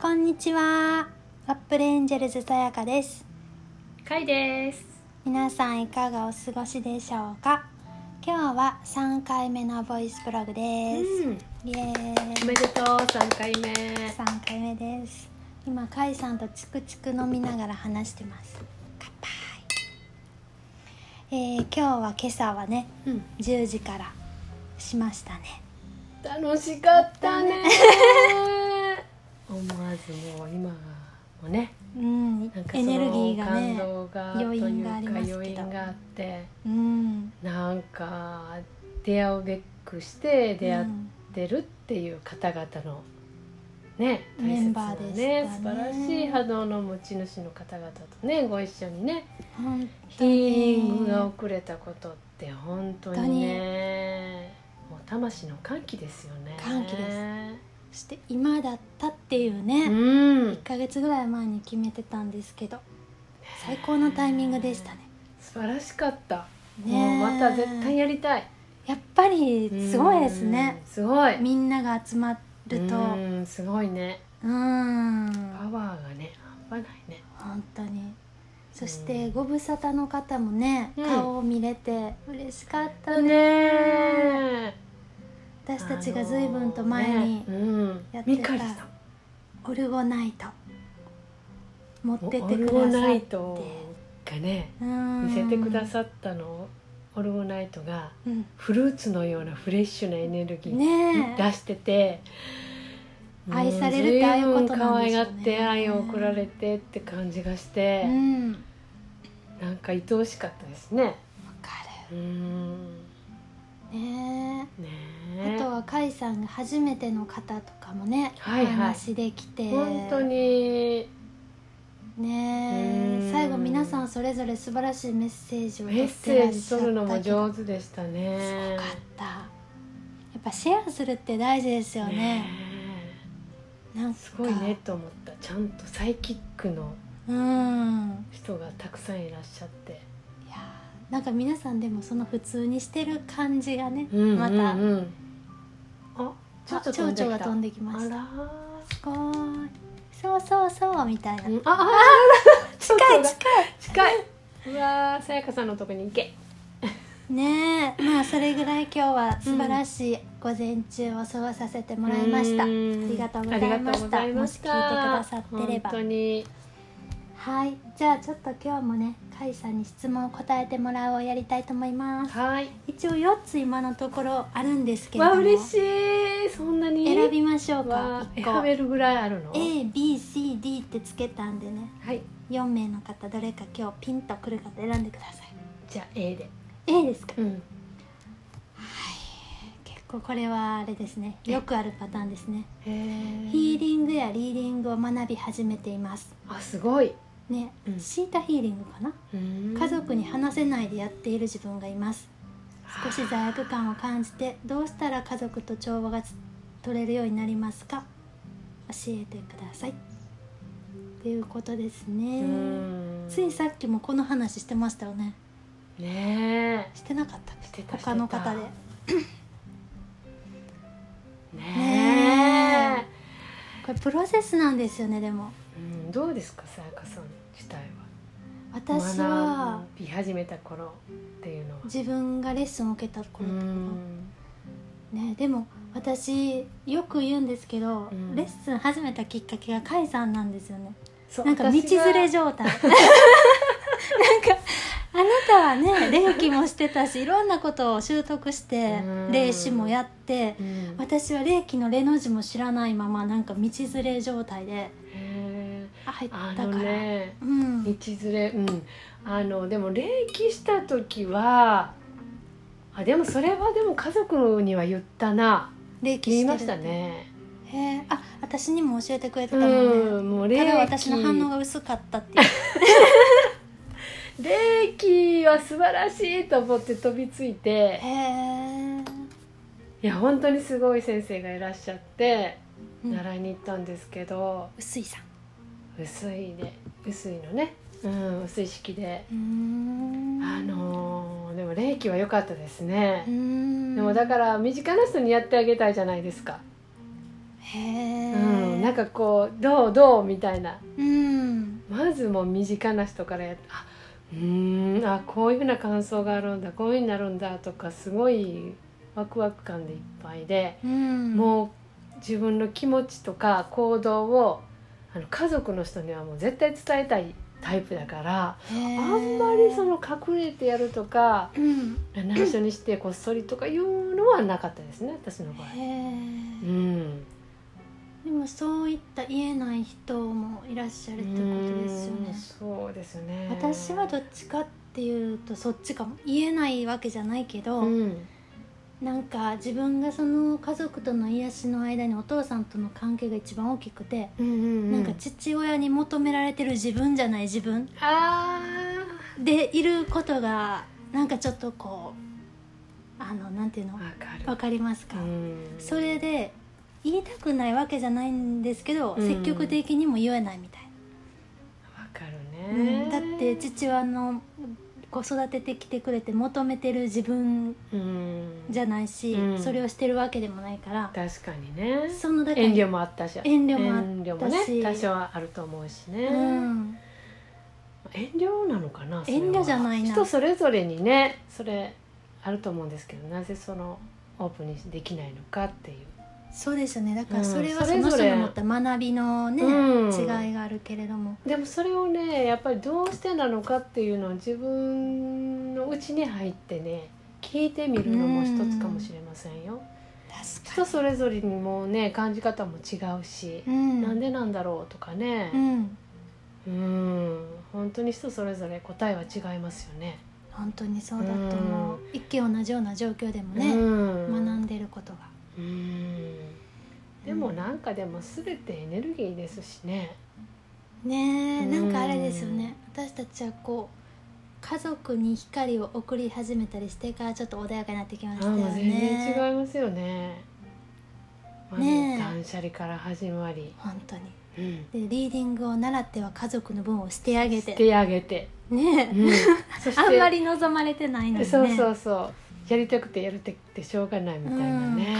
こんにちは。アップルエンジェルズさやかです。かいです皆さんいかがお過ごしでしょうか。今日は3回目のボイスブログです。うんイエおーめイ。でとう3回目3回目です。今カイさんとチクチク飲みながら話してます。乾杯。えー、今日は今朝はね、うん10時からしましたね。楽しかったね 思わずもう今もねうんなん、かそエのネルギーが感ね。動がと余い韻うがありかますけど余韻があってうん。なんか出会うべくして出会ってるっていう方々のね大メ切ンなバーでしたねね素晴らしい波動の持ち主の方々とねご一緒にねうん、本ヒ当にーリングが遅れたことって本当にねもう魂の歓喜ですよね歓喜でそして今だったっていうね、う1んヶ月ぐらい前に決めてたんですけど最高のタイミングでしたね素晴らしかったねもうまた絶対やりたいやっぱりすごいですねうんすごいみんなが集まるとうんうんすごいねんパワーがね半端ないね本当にそしてご無沙汰の方もね、うん顔を見れて嬉しかっただねね私たちが随分と前にあのーねやってたうんミカリさんオルゴナイト持ってってオルくゴださナいイトがね見見せてくだい、さったのオルゴナイトがうん、フルーツのようなフレッシュなエネルギーねえ出してて、もう愛されるってああいうことなんでしょうね随分可愛がって愛を送られてって感じがして、うんわなんか愛おしかったですねかうんるねねええあとは甲斐さんが初めての方とかもね、はいはいお話できて本当にねうえん最後皆さんそれぞれ素晴らしいメッセージをメ取ッってセらーっジしゃっ取るのたもけど上手でしたすごねかったやっぱシェアするって大事ですよねなんかえすごいねと思ったちゃんとサイキックのうん人がたくさんいらっしゃって、いやーなんか皆さんでもその普通にしてる感じがね、うんまた、うんうんあ蝶あ々蝶飛々んできがた飛んできましたあらーすごいそうそうそうみたいなうんああ近い近近いうわーさやかさんのとこに行けいねえまあそれぐらい今日は素晴らしい午前中を過ごさせてもらいました、うんありがとうございましたありがとうございまもし聞いしたてくださってれば本当にはいじゃあちょっと今日もね甲斐さんに質問を答えてもらおうをやりたいと思いますはい一応4つ今のところあるんですけれわども嬉しいそんなに選びましょうかわー1選個べるぐらいあるの ABCD ってつけたんでねはい4名の方どれか今日ピンとくる方選んでくださいじゃあ A で A ですかうん結構これはあれですねよくあるパターンですねへーヒーリングやリーディングを学び始めていますあすごいね、うんシータヒーリングかな家家族に話せないでやっている自分がいます少し罪悪感を感じてどうしたら家族と調和がつ取れるようになりますか教えてくださいっていうことですねついさっきもこの話してましたよねねしてなかったえしてた他の方でしてたねねこれプロセスなんですよねでもえうんどうですかさやかさん自体は私は学び始めた頃っていうのは自分がレッスンを受けたう頃とかんねでも私よく言うんですけど、うんレッスン始めたきっかけが甲斐さんなんですよねそうなんか道連れ私状 態なんかあなたはね霊気もしてたしいろんがいろんなことを習得してうん霊視もやってがうん私は霊気の「霊」の字も知らないままなんか道連れ状態でへえあ入ったあかのら、ねうん道連れうんあのでも霊気した時はあでもそれはでも家族には言ったな霊気言いしてるまってしたねへえあ私にも教えてくれてたもんね、うんもう霊た気だ私の反応が薄かったっていう霊気は素晴らしいと思って飛びついてへえ、いや本当にすごい先生がいらっしゃってうん、習いに行ったんですけど、薄いさん薄いで薄いのね、うん、薄い式でうーんあのーでも霊気は良かったですねうー、んでもだから身近な人にやってあげたいじゃないですか、へえ、うん、なんかこう「どうどう?」みたいなうんまずもう身近な人からやっあうーんあこういうふうな感想があるんだこういうふうになるんだとかすごいワクワク感でいっぱいで、うんもう自分の気持ちとか行動をあの家族の人にはもう絶対伝えたいタイプだから、へーあんまりその隠れてやるとかうん内緒にしてこっそりとかいうのはなかったですね私の場合。へーうんでもそういった言えない人もいらっしゃるってことですようーんねそうですね。私はどっちかっていうとそっちかも言えないわけじゃないけど、うんなんか自分がその家族との癒しの間にお父さんとの関係が一番大きくて、うんうんなんか父親に求められてる自分じゃない自分あでいることがなんかちょっとこうあのなんていうのあわかるわかりますか、うんそれで言いたくないわけじゃないんですけど、うん積極的にも言えないみたいわかな、るうねん、だって父はあの子育ててきてくれて求めてる自分うんじゃないし、うんそれをしてるわけでもないから、確かにねそのだから遠慮もあったし遠慮もあったし遠慮もね多少はあると思うしね、うん、遠慮なのかなそれは遠慮じゃないな人それぞれにねそれあると思うんですけどなぜそのオープンにできないのかっていうそうですよねだかうらんそれはそそれぞのれ人の持った学びのね、うん違いがあるけれどもでもそれをねやっぱりどうしてなのかっていうのを自分のうちに入ってね聞いてみるのも一つかもしれませんよ。確人それぞれにもね感じ方も違うし、うんなんでなんだろうとかねう、んうん、本当に人それぞれ答えは違いますよね。本当にそうだと思う、う一見同じような状況でもね、うん、学んでることがうんでもなんかでも全てエネルギーですしね。ねえうんなんかあれですよね私たちはこう家族に光を送り始めたりしてからちょっと穏やかになってきましたあよもう全然ね違いますよね。まずねえ断捨離から始まり、本当にうん、でリーディングを習っては家族の分をしてあげしててあげて、ねえ、うん、そしてあんまり望まれてないのにねそうそうそうやりたくてやりたくてしょうがないみたいなね、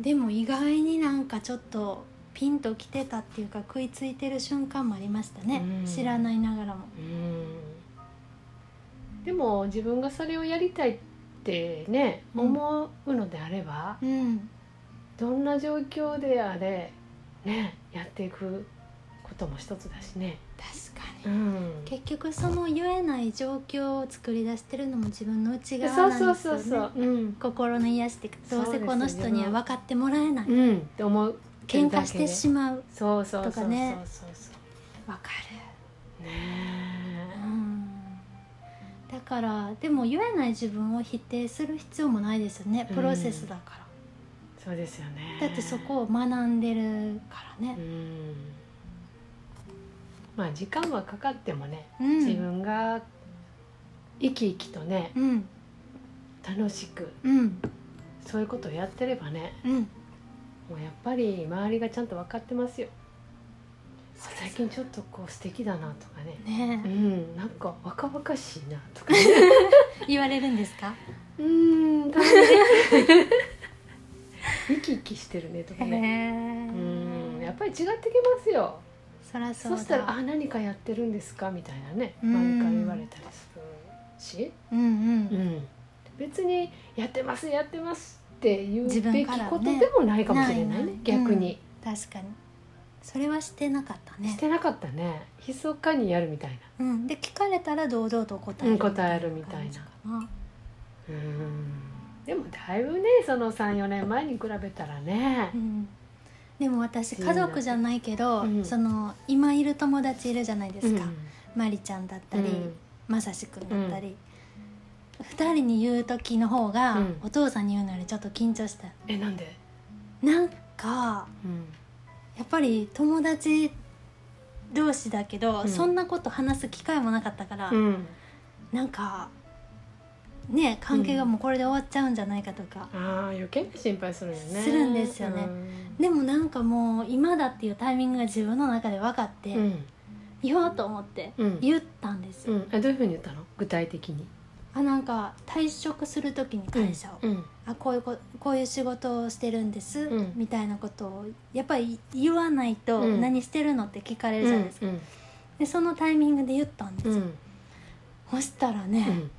でも意外になんかちょっとピンときてたっていうか食いついてる瞬間もありましたね、うん知らないながらもうん、でも自分がそれをやりたいってねうん思うのであれば、うんどんな状況であれねやっていくことも一つだしね、確かうに、ん、結局その言えない状況を作り出してるのも自分の内側そうなそんうですよそねうそう、うん心の癒しってどうそうせですこの人には分かってもらえない、うん、って思う喧嘩してしままううそうそうそうとかそうそうねそう分かるねえうんだからでも言えない自分を否定する必要もないですよねプロセスだかそうですよねら、だってそこを学んでるからうね、んまあ時間はかかってもね、うん、自分が生き生きとねうん楽しくうんそういうことをやってればねうんもうやっぱり周りがちゃんと分かってますよ最近ちょっとこう素敵だなとかねねうえんなんか若々しいなとかね言われるんですか、うんだね生き生きしてるねとかねへうんやっえぱり違ってきますよそらそうそだしたら「あ何かやってるんですか?」みたいなねうん毎回言われたりするし、うんうん、うん別に「やってますやってます」って言う自べ分きからはねことでもないかもしれないねない逆に、確かにそれはしてなかったしね、てなかったね密かにやるみたいなうん、で聞かれたら堂々と答えるうん答えるみたいな感じかなでもだいぶねその34年前に比べたらねう、んでも私自由に家なって族じゃないけど、うんその今いる友達いるじゃないですか、うんまりちゃんだったり、うんまさしくんだったり、二人に言う時の方が、うんお父さんに言うのよりちょっと緊張したえなんで、なんかやっぱり友達同士だけど、うんそんなこと話す機会もなかったから、うんなんかね関係がもうこれで終わっちゃうんじゃないかとか、ああ余計な心配するよねするんですよねうんでもなんかもう今だっていうタイミングが自分の中で分かって、うん言おうと思ってうん言ったんですうよ、ん、えどういうふうに言ったの具体的にあなんか退職する時に会社を、うんあこういうここういう仕事をしてるんです、うんみたいなことをやっぱり言わないと、うん何してるのって聞かれうんるじゃないですか、うんでそのタイミングで言ったんですうよ、んそしたらうね、ん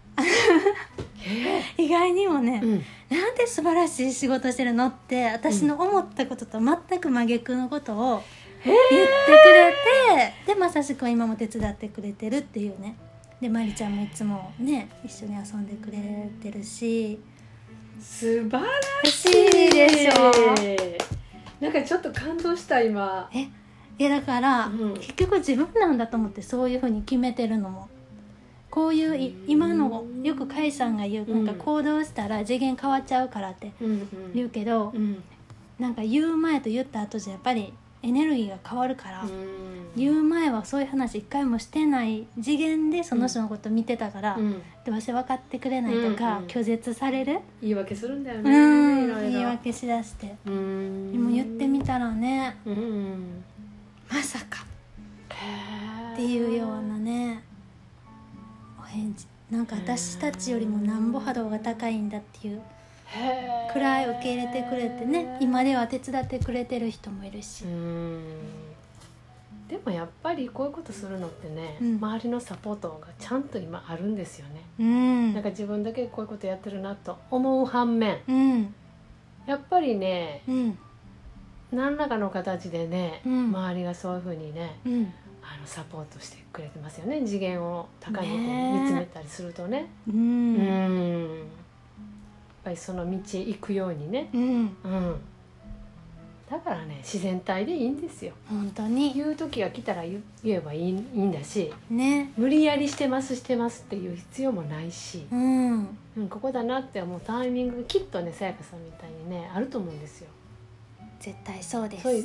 え意外にもねー、うんなんで素晴らしい仕事してるのって私の思ったことと全く真逆のことを言ってくれて、でまさしく今も手伝ってくれてるっていうねでまりちゃんもいつもね一緒に遊んでくれてるし素晴ら嬉ししいいでしょなんかちょっと感動した今えいやだから、うん結局自分なんだと思ってそういうふうに決めてるのもこういういうん今のよく甲斐さんが言うなんかうん行動したら次元変わっちゃうからってうんう言うけど、んなんか言う前と言った後じゃやっぱりエネルギーが変わるから、うん言う前はそういう話一回もしてない次元でその人のこと見てたから、うんどうせ分かってくれないとか、うんうん拒絶される、言い訳するんだようねいんろいろ言い訳しだして、うんでも言ってみたらねうんうんまさかへーっていうようなねお返事なんか私たちよりもなんぼ波動が高いんだっていうへーくらい受け入れてくれてね今では手伝ってくれてる人もいるしう、んでもやっぱりこういうことするのってね、うん周りのサポートがちゃんと今あるんですよねうん、なんか自分だけこういうことやってるなと思う反面うんやっぱりねうん何らかの形でね、うん周りがそういうふうにねうんあのサポートしてくれてますよね次元を高い目でねえ見つめたりするとねううんんやっぱりその道行くようにね、うんうん、だからね自然体でいいんですよ本当に言う時が来たら言言えばいいいいんだしね無理やりしてますしてますっていう必要もないしう、んうん、ここだなって思うタイミングがきっとねさやかさんみたいにねあると思うんですよ絶対そうですそういう